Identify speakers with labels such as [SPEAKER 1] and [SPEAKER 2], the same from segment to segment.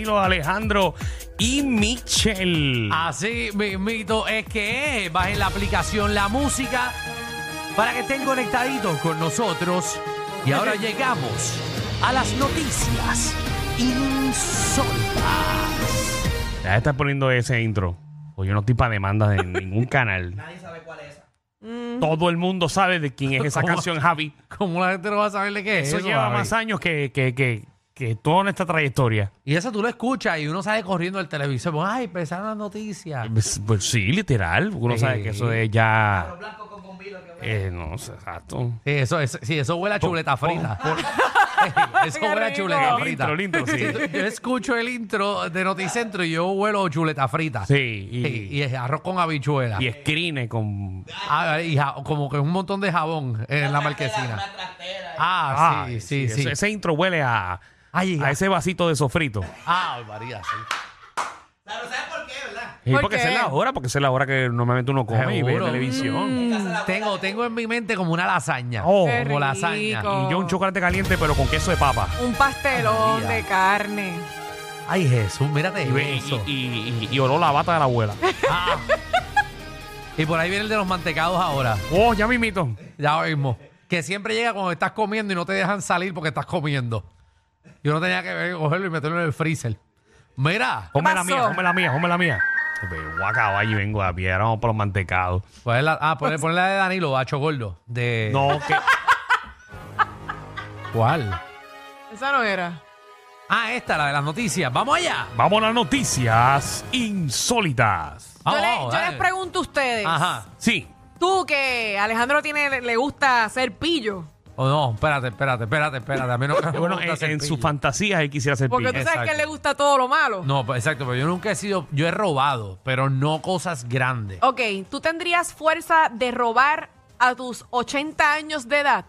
[SPEAKER 1] Danilo, Alejandro y Michelle.
[SPEAKER 2] Así mismito es que es. Bajen la aplicación La Música para que estén conectaditos con nosotros. Y ahora llegamos a las noticias insólitas.
[SPEAKER 1] Ya estás poniendo ese intro. Pues yo no estoy para demandas de ningún canal. Nadie sabe cuál es. Todo el mundo sabe de quién es esa
[SPEAKER 2] ¿Cómo?
[SPEAKER 1] canción, Javi.
[SPEAKER 2] ¿Cómo la gente no va a saber de qué es
[SPEAKER 1] Eso,
[SPEAKER 2] eso?
[SPEAKER 1] lleva
[SPEAKER 2] Javi?
[SPEAKER 1] más años que, que, que, que toda nuestra trayectoria.
[SPEAKER 2] Y eso tú lo escuchas y uno sale corriendo al televisor. pues, Ay, empezaron las noticias.
[SPEAKER 1] Pues, pues sí, literal. Uno
[SPEAKER 2] Sí.
[SPEAKER 1] sabe que eso es ya. Eh, no, sé, exacto.
[SPEAKER 2] Sí, eso, eso- sí, eso huele a chuleta frita. Sí, eso huele a chuleta
[SPEAKER 1] El
[SPEAKER 2] frita.
[SPEAKER 1] intro, el intro, sí.
[SPEAKER 2] Sí, Yo escucho el intro de Noticentro y yo huelo chuleta frita.
[SPEAKER 1] Sí, y,
[SPEAKER 2] Sí, y es arroz con habichuela.
[SPEAKER 1] y screen con.
[SPEAKER 2] Ah, y ja- como que un montón de jabón en la marquesina. Ah, sí,
[SPEAKER 1] Ay,
[SPEAKER 2] sí, sí.
[SPEAKER 1] Ese, ese intro huele a,
[SPEAKER 2] Ay,
[SPEAKER 1] a ese vasito de sofrito.
[SPEAKER 2] Ah, María, sí.
[SPEAKER 1] Sí,
[SPEAKER 3] ¿Por
[SPEAKER 1] porque
[SPEAKER 3] qué?
[SPEAKER 1] esa es la hora, porque esa es la hora que normalmente uno come y ve
[SPEAKER 2] Seguro. Mm,
[SPEAKER 1] televisión.
[SPEAKER 2] Tengo, tengo en mi mente como una lasaña.
[SPEAKER 1] Oh.
[SPEAKER 3] Qué
[SPEAKER 2] como lasaña.
[SPEAKER 3] rico.
[SPEAKER 1] Y yo un chocolate caliente, pero con queso de papa.
[SPEAKER 3] Un pastelón
[SPEAKER 2] María.
[SPEAKER 3] de carne.
[SPEAKER 2] Ay, Jesús, mírate
[SPEAKER 1] Y, ve-
[SPEAKER 2] eso.
[SPEAKER 1] y, y- y- y oló la bata de la abuela.
[SPEAKER 2] Ah. y por ahí viene el de los mantecados ahora.
[SPEAKER 1] Oh, ya mimito.
[SPEAKER 2] Ya mismo. Que siempre llega cuando estás comiendo y no te dejan salir porque estás comiendo. Yo no tenía que ver- cogerlo y meterlo en el freezer. Mira,
[SPEAKER 1] Come la
[SPEAKER 3] pasó?
[SPEAKER 1] mía, come la mía, come la mía. Vengo a caballo y vengo a piedra, vamos por los mantecados.
[SPEAKER 2] pues la, ah, ponle, ponle la de Danilo, Bacho Gordo. De...
[SPEAKER 1] No, que.
[SPEAKER 2] ¿Cuál?
[SPEAKER 3] Esa no era.
[SPEAKER 2] Ah, esta, la de las noticias. Vamos allá.
[SPEAKER 1] Vamos a las noticias insólitas.
[SPEAKER 2] Vamos,
[SPEAKER 3] yo le-
[SPEAKER 2] vamos,
[SPEAKER 3] yo
[SPEAKER 2] Oh, dale.
[SPEAKER 3] les pregunto a ustedes.
[SPEAKER 2] Ajá.
[SPEAKER 1] Sí.
[SPEAKER 3] Tú que Alejandro tiene, le- le gusta hacer pillo.
[SPEAKER 2] O Oh, no, espérate, espérate, espérate, espérate. A mí no me
[SPEAKER 1] Bueno,
[SPEAKER 2] gusta
[SPEAKER 1] en,
[SPEAKER 2] hacer
[SPEAKER 1] en sus
[SPEAKER 2] pillo.
[SPEAKER 1] fantasías él quisiera hacer
[SPEAKER 3] Porque
[SPEAKER 1] pillo.
[SPEAKER 3] tú sabes
[SPEAKER 2] Exacto.
[SPEAKER 3] que a él le gusta todo lo malo.
[SPEAKER 2] No, pues, exacto, pero yo nunca he sido. Yo he robado, pero no cosas grandes.
[SPEAKER 3] Ok, ¿tú tendrías fuerza de robar a tus 80 años de edad?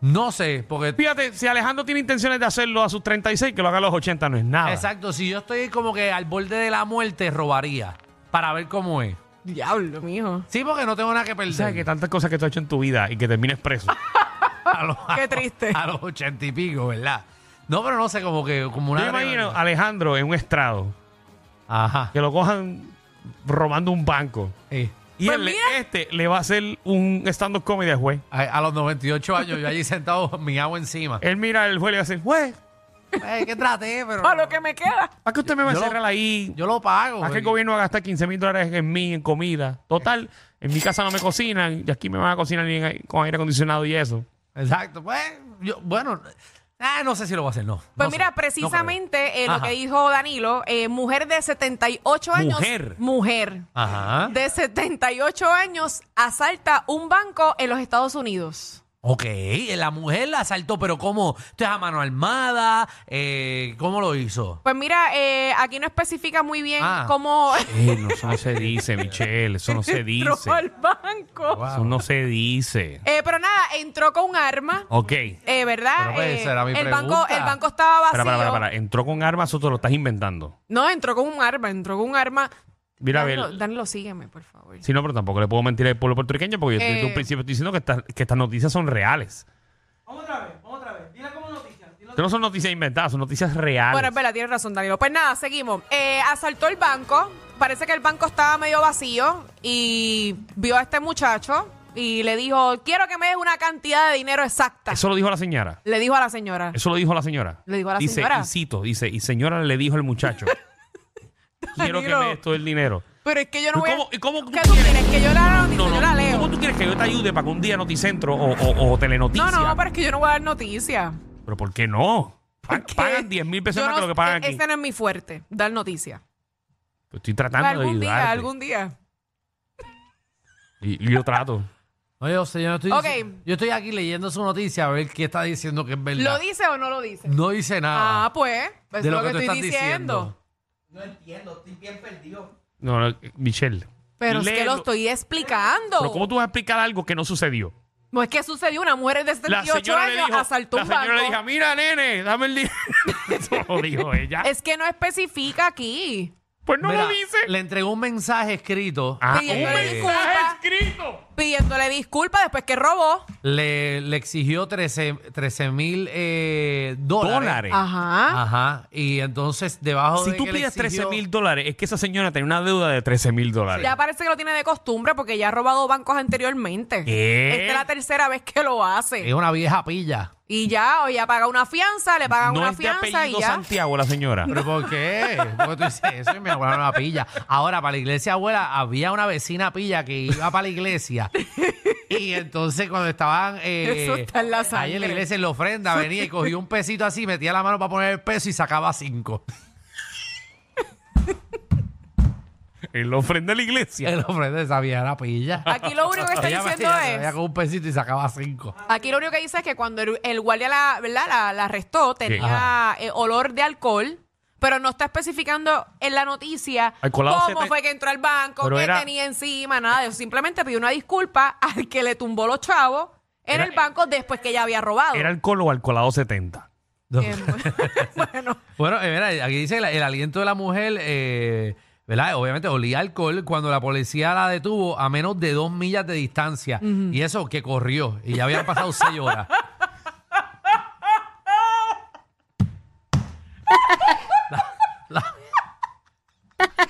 [SPEAKER 2] No sé, porque.
[SPEAKER 1] Fíjate, si Alejandro tiene intenciones de hacerlo a sus 36, que lo haga a los 80 no es nada.
[SPEAKER 2] Exacto, si yo estoy como que al borde de la muerte, robaría. Para ver cómo es.
[SPEAKER 3] Diablo, mijo.
[SPEAKER 2] Sí, porque no tengo nada que
[SPEAKER 1] Tú sabes que
[SPEAKER 2] perder.
[SPEAKER 1] tantas cosas que tú has hecho en tu vida y que termines preso.
[SPEAKER 2] A los- a
[SPEAKER 3] Qué
[SPEAKER 2] los-
[SPEAKER 3] triste.
[SPEAKER 2] A los ochenta y pico, ¿verdad? No, pero no sé, como que. Como
[SPEAKER 1] Yo
[SPEAKER 2] una
[SPEAKER 1] me imagino a
[SPEAKER 2] rebelión.
[SPEAKER 1] Alejandro en un estrado,
[SPEAKER 2] Ajá.
[SPEAKER 1] que lo cojan robando un banco.
[SPEAKER 2] sí.
[SPEAKER 1] Y
[SPEAKER 3] Pues
[SPEAKER 1] él-
[SPEAKER 3] mira.
[SPEAKER 1] este le va a hacer un stand-up comedy al juez.
[SPEAKER 2] A, a los 98 años, yo allí sentado con mi agua encima.
[SPEAKER 1] Él mira al juez y le dice, juez,
[SPEAKER 2] Eh, que traté, pero.
[SPEAKER 3] A lo que me queda.
[SPEAKER 1] ¿para qué usted me va a
[SPEAKER 2] Yo lo-
[SPEAKER 1] cerrar ahí?
[SPEAKER 2] Yo lo pago.
[SPEAKER 1] ¿Para qué el
[SPEAKER 2] porque-
[SPEAKER 1] gobierno va a gastar 15 mil dólares en mí, en comida? Total, en mi casa no me cocinan y aquí me van a cocinar ni en- con aire acondicionado y eso.
[SPEAKER 2] Exacto. Pues, yo, bueno, ah, no sé si lo voy a hacer, no.
[SPEAKER 3] Pues
[SPEAKER 2] No sé,
[SPEAKER 3] mira,
[SPEAKER 2] no creo.
[SPEAKER 3] precisamente eh, lo
[SPEAKER 2] Ajá.
[SPEAKER 3] que dijo Danilo, eh, mujer de 78 años.
[SPEAKER 1] Mujer.
[SPEAKER 3] Mujer.
[SPEAKER 2] Ajá.
[SPEAKER 3] de 78 años asalta un banco en los Estados Unidos.
[SPEAKER 2] Ok, eh, la mujer la asaltó, pero ¿cómo? ¿Esto es a mano armada? Eh, ¿Cómo lo hizo?
[SPEAKER 3] Pues mira, eh, aquí no especifica muy bien
[SPEAKER 2] Ah.
[SPEAKER 3] cómo
[SPEAKER 1] Eh, no, eso no se dice, Michelle, eso no se dice.
[SPEAKER 3] entró al banco.
[SPEAKER 1] Eso no se dice.
[SPEAKER 3] Eh, pero nada, entró con un arma,
[SPEAKER 1] Ok.
[SPEAKER 3] eh,
[SPEAKER 2] Pero,
[SPEAKER 3] ¿verdad?
[SPEAKER 2] pues,
[SPEAKER 3] Eh,
[SPEAKER 2] esa era mi
[SPEAKER 3] el,
[SPEAKER 2] pregunta.
[SPEAKER 3] banco, el banco estaba vacío.
[SPEAKER 1] Para, para, para, para. Entró con armas o te lo estás inventando.
[SPEAKER 3] No, entró con un arma, entró con un arma.
[SPEAKER 1] Mira, a ver.
[SPEAKER 3] Danilo, Danilo, sígueme, por favor.
[SPEAKER 1] Sí, no, pero tampoco le puedo mentir al pueblo puertorriqueño porque yo desde
[SPEAKER 3] Eh.
[SPEAKER 1] un principio estoy diciendo que, estas- que estas noticias son reales.
[SPEAKER 4] Vamos otra vez, vamos otra vez. Dile como noticia. Dile
[SPEAKER 1] Esto no son noticias inventadas, son noticias reales.
[SPEAKER 3] Bueno, es verdad, tienes razón, Danilo. Pues nada, seguimos. Eh, asaltó el banco. Parece que el banco estaba medio vacío y vio a este muchacho y le dijo, quiero que me des una cantidad de dinero exacta.
[SPEAKER 1] Eso lo dijo la señora.
[SPEAKER 3] Le dijo a la señora.
[SPEAKER 1] Eso lo dijo la señora.
[SPEAKER 3] Le dijo a la
[SPEAKER 1] dice,
[SPEAKER 3] señora.
[SPEAKER 1] Y cito, dice, y señora le dijo el muchacho. Quiero que
[SPEAKER 3] Danilo.
[SPEAKER 1] me des todo el dinero.
[SPEAKER 3] Pero es que yo no
[SPEAKER 1] ¿Y
[SPEAKER 3] voy a-
[SPEAKER 1] cómo- y cómo tú
[SPEAKER 3] ¿Qué tú
[SPEAKER 1] quieres?
[SPEAKER 3] quieres? Que yo la noticia,
[SPEAKER 1] No, no,
[SPEAKER 3] yo la leo.
[SPEAKER 1] ¿Cómo tú quieres que yo te ayude para que un día Noticentro o, o, o Telenoticia?
[SPEAKER 3] No, no, pero es que yo no voy a dar noticias.
[SPEAKER 1] ¿Pero por qué no? Pa-
[SPEAKER 3] ¿Qué?
[SPEAKER 1] Pagan 10 mil pesos
[SPEAKER 3] Yo
[SPEAKER 1] más
[SPEAKER 3] no-
[SPEAKER 1] que lo que pagan
[SPEAKER 3] e-
[SPEAKER 1] aquí.
[SPEAKER 3] Ese no es mi fuerte, dar noticias.
[SPEAKER 1] Estoy tratando de
[SPEAKER 3] Algún
[SPEAKER 1] ayudarte.
[SPEAKER 3] día, algún día.
[SPEAKER 1] Y, y yo trato.
[SPEAKER 2] No, yo sé, yo no estoy.
[SPEAKER 3] Ok.
[SPEAKER 2] dici- Yo estoy aquí leyendo su noticia a ver qué está diciendo que es verdad.
[SPEAKER 3] ¿Lo dice o no lo dice?
[SPEAKER 2] No dice nada.
[SPEAKER 3] Ah, pues, eso es
[SPEAKER 2] de
[SPEAKER 3] lo,
[SPEAKER 2] lo, que, tú
[SPEAKER 3] estoy
[SPEAKER 2] estás diciendo.
[SPEAKER 4] No entiendo, estoy bien perdido.
[SPEAKER 1] No, no, Michelle.
[SPEAKER 3] Pero es que
[SPEAKER 1] léelo.
[SPEAKER 3] lo estoy explicando.
[SPEAKER 1] Pero ¿cómo tú vas a explicar algo que no sucedió?
[SPEAKER 3] No es que sucedió, una mujer de 78 años asaltó
[SPEAKER 1] la
[SPEAKER 3] un banco.
[SPEAKER 1] señora le dijo, mira, nene, dame el dinero. Eso lo dijo ella.
[SPEAKER 3] Es que no especifica aquí.
[SPEAKER 1] pues no
[SPEAKER 2] Mira,
[SPEAKER 1] lo dice.
[SPEAKER 2] Le entregó un mensaje escrito.
[SPEAKER 1] Ah,
[SPEAKER 3] pidiéndole
[SPEAKER 1] un
[SPEAKER 3] disculpas.
[SPEAKER 1] mensaje escrito.
[SPEAKER 3] pidiéndole disculpas después que robó.
[SPEAKER 2] Le, le exigió 13 mil eh, dólares.
[SPEAKER 1] Dólares.
[SPEAKER 3] Ajá.
[SPEAKER 2] Ajá. Y entonces debajo
[SPEAKER 1] Si
[SPEAKER 2] de
[SPEAKER 1] tú
[SPEAKER 2] que le
[SPEAKER 1] pides 13
[SPEAKER 2] exigió-
[SPEAKER 1] mil dólares, es que esa señora tenía una deuda de 13 mil dólares.
[SPEAKER 3] Ya parece que lo tiene de costumbre porque ya ha robado bancos anteriormente.
[SPEAKER 1] ¿Qué? Eh,
[SPEAKER 3] Esta es la tercera vez que lo
[SPEAKER 2] Es
[SPEAKER 3] hace.
[SPEAKER 2] una vieja pilla.
[SPEAKER 3] Y ya, o ya paga una fianza, le pagan
[SPEAKER 1] No
[SPEAKER 3] una
[SPEAKER 1] es de
[SPEAKER 3] fianza y
[SPEAKER 1] apellido
[SPEAKER 3] ya.
[SPEAKER 1] Santiago la señora.
[SPEAKER 2] ¿Pero por qué? Porque tú dices eso y mi abuela no la pilla. Ahora, para la iglesia abuela, había una vecina pilla que iba para la iglesia. Y entonces cuando estaban eh,
[SPEAKER 3] Eso está en la
[SPEAKER 2] ahí en la
[SPEAKER 3] sangre.
[SPEAKER 2] iglesia en la ofrenda, venía y cogía un pesito así, metía la mano para poner el peso y sacaba cinco.
[SPEAKER 1] Él lo ofrenda a la iglesia.
[SPEAKER 2] En la ofrenda de esa vieja era pilla.
[SPEAKER 3] Aquí lo único que está
[SPEAKER 2] Ella
[SPEAKER 3] diciendo
[SPEAKER 2] venía, venía
[SPEAKER 3] es.
[SPEAKER 2] con un pesito y sacaba cinco.
[SPEAKER 3] Aquí lo único que dice es que cuando el, el guardia la, ¿verdad? La, la arrestó, tenía
[SPEAKER 2] Ajá.
[SPEAKER 3] eh, olor de alcohol, pero no está especificando en la noticia
[SPEAKER 1] Alcoholado
[SPEAKER 3] cómo
[SPEAKER 1] se te-
[SPEAKER 3] fue que entró al banco,
[SPEAKER 1] Pero
[SPEAKER 3] qué
[SPEAKER 1] era-
[SPEAKER 3] tenía encima, nada de eso. Simplemente pidió una disculpa al que le tumbó los chavos en
[SPEAKER 1] Era-
[SPEAKER 3] el banco después que ya había robado.
[SPEAKER 1] Era alcohol o alcoholado 70.
[SPEAKER 3] Eh, bueno,
[SPEAKER 2] Bueno, eh, mira, aquí dice el, el aliento de la mujer, eh, ¿verdad? Obviamente olía a alcohol cuando la policía la detuvo a menos de dos millas de distancia. Y eso que corrió. Y ya habían pasado seis horas.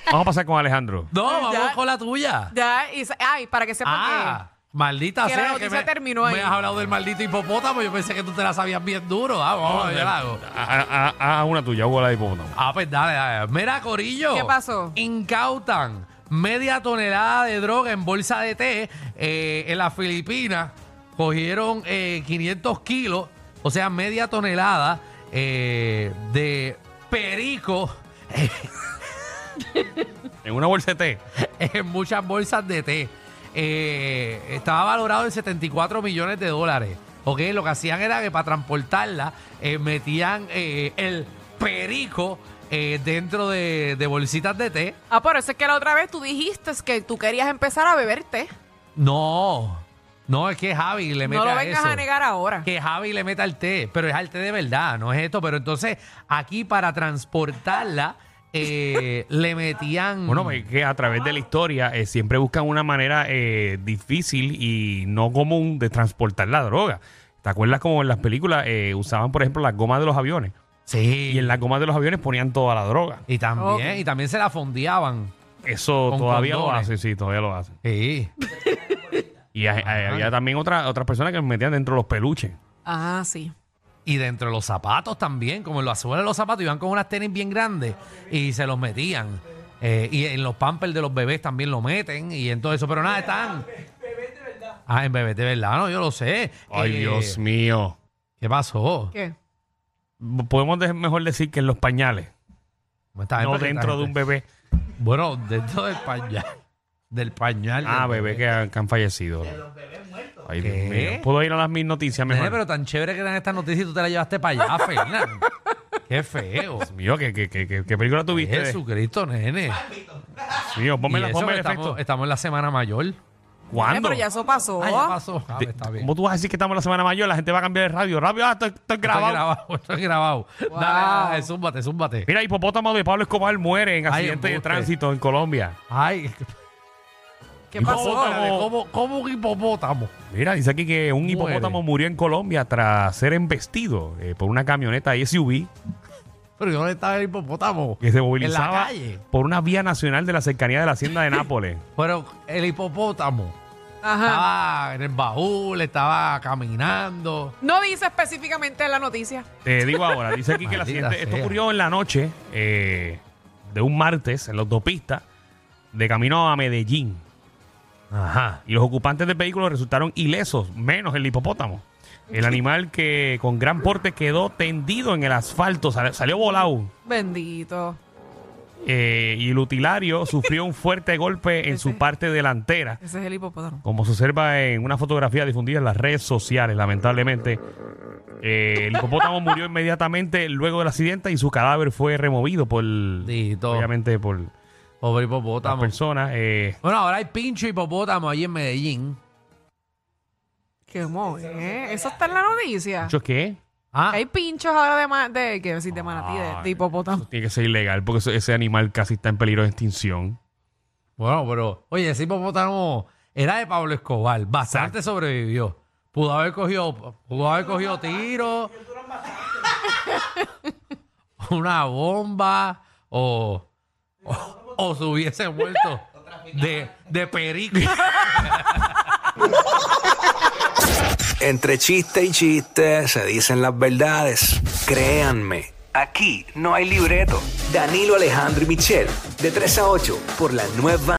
[SPEAKER 1] Vamos a pasar con Alejandro.
[SPEAKER 2] No,
[SPEAKER 3] Ya.
[SPEAKER 2] vamos con la tuya.
[SPEAKER 3] ya, y, sa- ay, para que sepan
[SPEAKER 2] Ah, maldita
[SPEAKER 3] que la
[SPEAKER 2] sea.
[SPEAKER 3] noticia terminó
[SPEAKER 2] me
[SPEAKER 3] ahí.
[SPEAKER 2] has hablado del maldito hipopótamo. Yo pensé que tú te la sabías bien duro. Ah, vamos, yo la hago.
[SPEAKER 1] A, a- a una tuya, hubo la de hipopótamo.
[SPEAKER 2] Ah, pues dale, dale. Mira, Corillo.
[SPEAKER 3] ¿Qué pasó?
[SPEAKER 2] Incautan media tonelada de droga en bolsa de té eh, en las Filipinas. Cogieron eh, 500 kilos, o sea, media tonelada eh, de perico
[SPEAKER 1] En una bolsa de té.
[SPEAKER 2] en muchas bolsas de té. Eh, estaba valorado en 74 millones de dólares. ¿ok? Lo que hacían era que para transportarla eh, metían eh, el perico eh, dentro de, de bolsitas de té.
[SPEAKER 3] que... Ah, por eso es que la otra vez tú dijiste que tú querías empezar a beberte.
[SPEAKER 2] No, no, es que Javi le mete
[SPEAKER 3] No lo
[SPEAKER 2] a
[SPEAKER 3] vengas
[SPEAKER 2] eso.
[SPEAKER 3] a negar ahora.
[SPEAKER 2] Que Javi le meta al té, pero es al té de verdad, no es esto. Pero entonces, aquí para transportarla, eh, le metían.
[SPEAKER 1] Bueno, es que a través de la historia eh, siempre buscan una manera eh, difícil y no común de transportar la droga. ¿Te acuerdas como en las películas eh, usaban, por ejemplo, las gomas de los aviones?
[SPEAKER 2] Sí.
[SPEAKER 1] Y en las gomas de los aviones ponían toda la droga.
[SPEAKER 2] Y también,
[SPEAKER 3] Ok.
[SPEAKER 2] y también se la fondeaban.
[SPEAKER 1] Eso
[SPEAKER 2] Con
[SPEAKER 1] todavía lo
[SPEAKER 2] condones.
[SPEAKER 1] hacen, sí, todavía lo hacen.
[SPEAKER 2] Sí.
[SPEAKER 1] Y hay-
[SPEAKER 2] Ah,
[SPEAKER 1] hay- había también otra- otras personas que metían dentro de los peluches.
[SPEAKER 3] Ah, sí.
[SPEAKER 2] Y dentro de los zapatos también, como en los azules de los zapatos, iban con unas tenis bien grandes y se los metían. Eh, y en los pampers de los bebés también lo meten y en todo eso, pero nada, están. Ah, en bebés de verdad, no, yo lo sé.
[SPEAKER 1] Ay,
[SPEAKER 2] Eh,
[SPEAKER 1] Dios mío.
[SPEAKER 2] ¿Qué pasó?
[SPEAKER 3] ¿Qué?
[SPEAKER 1] Podemos de- mejor decir que en los pañales,
[SPEAKER 2] ¿Cómo está
[SPEAKER 1] no
[SPEAKER 2] gente?
[SPEAKER 1] dentro de un bebé.
[SPEAKER 2] Bueno, dentro del pañal. Del pañal.
[SPEAKER 1] Ah,
[SPEAKER 2] del
[SPEAKER 1] bebé que han, que han fallecido. Ay, Dios
[SPEAKER 2] ¿Qué?
[SPEAKER 1] mío. Puedo ir a las mil noticias
[SPEAKER 2] Nene,
[SPEAKER 1] mejor.
[SPEAKER 2] pero tan chévere que eran estas noticias y tú te la llevaste para allá, Fernan. Qué feo.
[SPEAKER 1] Dios mío, ¿qué, qué, qué, qué- qué película tuviste?
[SPEAKER 2] Jesucristo, nene.
[SPEAKER 1] Dios mío, ponme,
[SPEAKER 2] Y
[SPEAKER 1] la-
[SPEAKER 2] eso
[SPEAKER 1] ponme
[SPEAKER 2] que
[SPEAKER 1] el
[SPEAKER 2] estamos,
[SPEAKER 1] efecto.
[SPEAKER 2] estamos en la semana mayor.
[SPEAKER 1] ¿Cuándo?
[SPEAKER 3] Eh, Pero ya eso pasó.
[SPEAKER 2] Ah, ya pasó. Ah,
[SPEAKER 1] De-
[SPEAKER 2] está bien.
[SPEAKER 1] ¿Cómo tú vas a decir que estamos en la semana mayor? La gente va a cambiar de radio. Rápido, ah, estoy, estoy grabado.
[SPEAKER 2] Estoy grabado, estoy grabado.
[SPEAKER 3] Wow.
[SPEAKER 2] Dale, dale, zúmbate, zúmbate.
[SPEAKER 1] Mira, hipopótamo de Pablo Escobar muere en
[SPEAKER 2] Ay,
[SPEAKER 1] accidente de
[SPEAKER 2] embuste.
[SPEAKER 1] tránsito en Colombia.
[SPEAKER 2] Ay,
[SPEAKER 3] ¿Qué
[SPEAKER 1] ¿Y cómo
[SPEAKER 3] pasó?
[SPEAKER 1] votamos?
[SPEAKER 2] dale, ¿cómo, cómo un hipopótamo?
[SPEAKER 1] Mira, dice aquí que un
[SPEAKER 2] Muere.
[SPEAKER 1] hipopótamo murió en Colombia tras ser embestido eh, por una camioneta SUV
[SPEAKER 2] Pero yo no estaba el hipopótamo.
[SPEAKER 1] que se
[SPEAKER 2] En la
[SPEAKER 1] movilizaba
[SPEAKER 2] calle.
[SPEAKER 1] por una vía nacional de la cercanía de la hacienda de Nápoles.
[SPEAKER 2] Pero el hipopótamo
[SPEAKER 3] Ajá.
[SPEAKER 2] Ah. estaba en el baúl, estaba caminando.
[SPEAKER 3] No dice específicamente en la noticia.
[SPEAKER 1] Te digo ahora, dice aquí que la
[SPEAKER 2] Maldita
[SPEAKER 1] siguiente, esto
[SPEAKER 2] sea.
[SPEAKER 1] ocurrió en la noche eh, de un martes en la autopista de camino a Medellín.
[SPEAKER 2] Ajá.
[SPEAKER 1] Y los ocupantes del vehículo resultaron ilesos, menos el hipopótamo. El animal que con gran porte quedó tendido en el asfalto, sal- salió volado.
[SPEAKER 3] Bendito.
[SPEAKER 1] Eh, y el utilario sufrió un fuerte golpe en su parte delantera.
[SPEAKER 3] Ese es el hipopótamo.
[SPEAKER 1] Como se observa en una fotografía difundida en las redes sociales, lamentablemente. Eh, el hipopótamo murió inmediatamente luego del accidente y su cadáver fue removido por,
[SPEAKER 2] Dito.
[SPEAKER 1] obviamente, por
[SPEAKER 2] Pobre
[SPEAKER 1] las
[SPEAKER 2] hipopótamo.
[SPEAKER 1] personas. Eh,
[SPEAKER 2] Bueno, ahora hay pincho hipopótamo allí en Medellín.
[SPEAKER 3] Qué moe, ¿eh? Eso está en la noticia.
[SPEAKER 1] ¿Muchos qué?
[SPEAKER 2] Ah,
[SPEAKER 3] Hay pinchos ahora de, ma de ¿qué decir? De manatí, de, de hipopótamo.
[SPEAKER 1] Eso tiene que ser ilegal porque eso- ese animal casi está en peligro de extinción.
[SPEAKER 2] bueno, pero oye, ese hipopótamo era de Pablo Escobar. Bastante sobrevivió. Pudo haber cogido, pudo haber cogido tiro, una bomba o, o, o se hubiese muerto de, de perico.
[SPEAKER 5] Entre chiste y chiste se dicen las verdades. Créanme, aquí no hay libreto. Danilo Alejandro y Michel, de 3 a 8, por la nueva